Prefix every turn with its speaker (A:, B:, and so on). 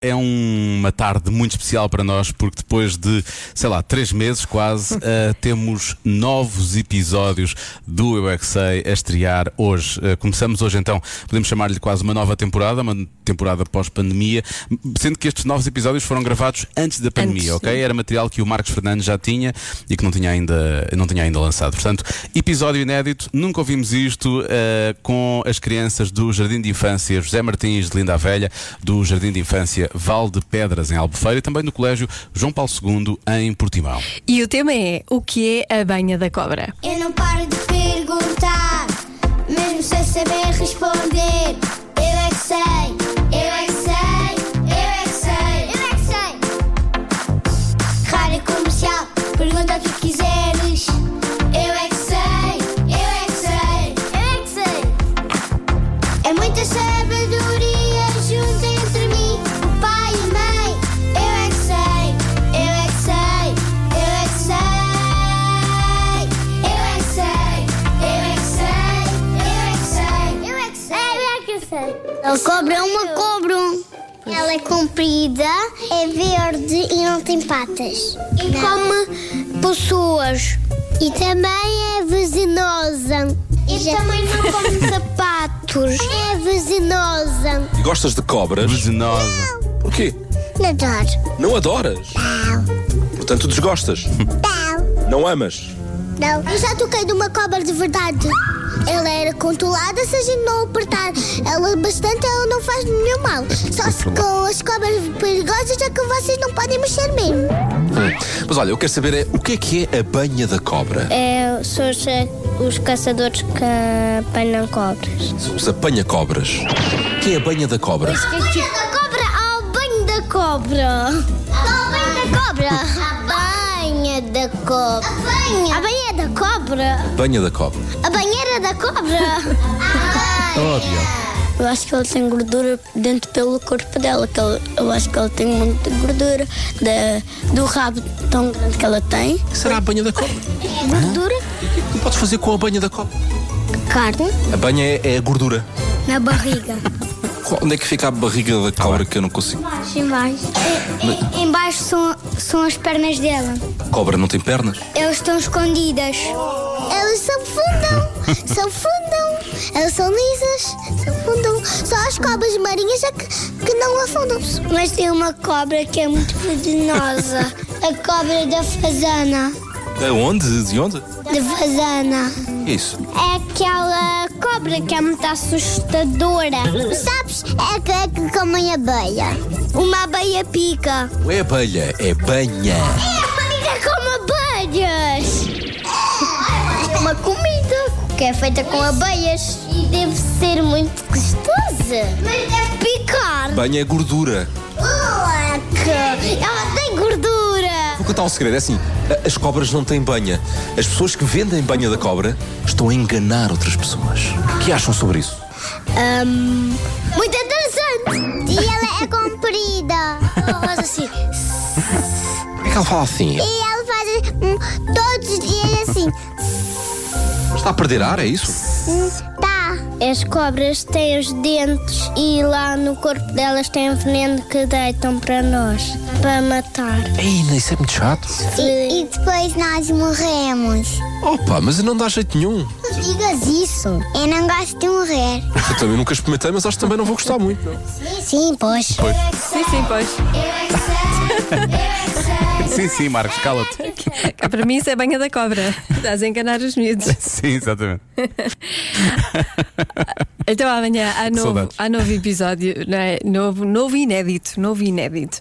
A: É um- uma tarde muito especial para nós, porque depois de, sei lá, três meses quase, eh, temos novos episódios do Eu é Que Sei a estrear hoje. Eh, começamos hoje então, podemos chamar-lhe quase uma nova temporada, uma temporada pós-pandemia, sendo que estes novos episódios foram gravados antes da pandemia, ok? Era material que o Marcos Fernandes já tinha e que não tinha ainda, não tinha ainda lançado. Portanto, episódio inédito, nunca ouvimos isto eh, com as crianças do Jardim de Infância José Martins de Linda a Velha, do Jardim de Infância Val de Pedras em Albufeira e também do Colégio João Paulo II em Portimão.
B: E o tema é o que é a banha da cobra?
C: Eu não paro de perguntar, mesmo sem saber responder. Eu é que sei, eu é que sei, eu é que sei, eu é que sei. Rádio comercial, pergunta o que quiseres. Eu é que sei, eu é que sei, eu é que sei. É muita sabedoria junta entre mim, o pai e a mãe. Eu é que sei, eu é que sei, eu é que sei. Eu é que sei, eu é que sei, eu é que sei, eu é que sei, eu é que sei.
D: A cobra é uma cobra.
C: Ela é comprida,
D: É verde e não tem patas.
C: E
D: come pessoas. E também é venenosa.
C: E também não come
D: sapatos. É venenosa.
E: E gostas de cobras?
A: Venenosa.
E: Porquê?
D: Adoro.
E: Não adoras? Portanto, desgostas?
D: Não.
E: Não amas?
D: Não. Eu já toquei numa cobra de verdade. Ela era controlada se a gente não apertar. Ela é bastante, ela não faz nenhum mal. Só se com as cobras perigosas é que vocês não podem mexer mesmo.
E: Hum. Mas olha, eu quero saber é o que é que é a banha da cobra?
D: É, são os, os caçadores que apanham cobras.
E: São os apanha-cobras. O que é a banha da cobra?
D: banho da cobra! Ao banho da cobra! Ao banho da cobra! A banha da cobra! A banha! A banha da cobra!
E: Banha da cobra.
D: A banheira da cobra! Eu acho que ela tem gordura dentro pelo corpo dela, que ela- eu acho que ela tem muita gordura da- do rabo tão grande que ela tem.
E: O que será a banha da cobra? O
D: Gordura?
E: que é que tu podes fazer com a banha da cobra?
D: Carne
E: A banha é, é a gordura.
D: na barriga.
E: Qual- Onde é que fica a barriga da cobra que eu não consigo?
D: Embaixo. Embaixo são, são as pernas dela.
E: Cobra não tem pernas?
D: Elas estão escondidas. Elas se afundam, se afundam. Elas são lisas, se afundam. Só as cobras marinhas é que, que não afundam-se. Mas tem uma cobra que é muito venenosa. A cobra da fazana.
E: De onde? De onde?
D: Da fazana.
E: É isso.
D: É aquela cobra que é muito assustadora. Sabes? É aquela que come abelha. Uma abelha pica.
E: Não é abelha, é banha.
D: É a única com abelhas! É uma comida que é feita com abelhas e deve ser muito gostosa. Mas deve picar!
E: Banha é gordura.
D: Leque! Ela tem gordura!
E: Vou contar um segredo, é assim, a- as cobras não têm banha. As pessoas que vendem banha da cobra estão a enganar outras pessoas. O que acham sobre isso?
D: Hum, muito interessante! E ela é comprida! Faz assim.
E: Por que é que ela fala assim?
D: E ela faz hum, todos os dias assim.
E: Está a perder ar, é isso?
D: Tá. As cobras têm os dentes e lá no corpo delas tem um veneno que deitam para nós, para matar.
E: Ei, não, isso é muito chato.
D: E, depois nós morremos.
E: Opa, mas não dá jeito nenhum.
D: Não digas isso. Eu não gosto de morrer.
E: Eu também nunca experimentei, mas acho que também não vou gostar muito.
D: Sim, pois. é
B: Sim, sim, pois.
A: Sim, sim, Marcos, cala-te.
B: Cá Para mim isso é banha da cobra. Estás a enganar os miúdos.
A: Sim, exatamente.
B: Então amanhã há novo,
A: saudades.
B: há novo episódio, não é? Novo, novo e inédito, novo e inédito.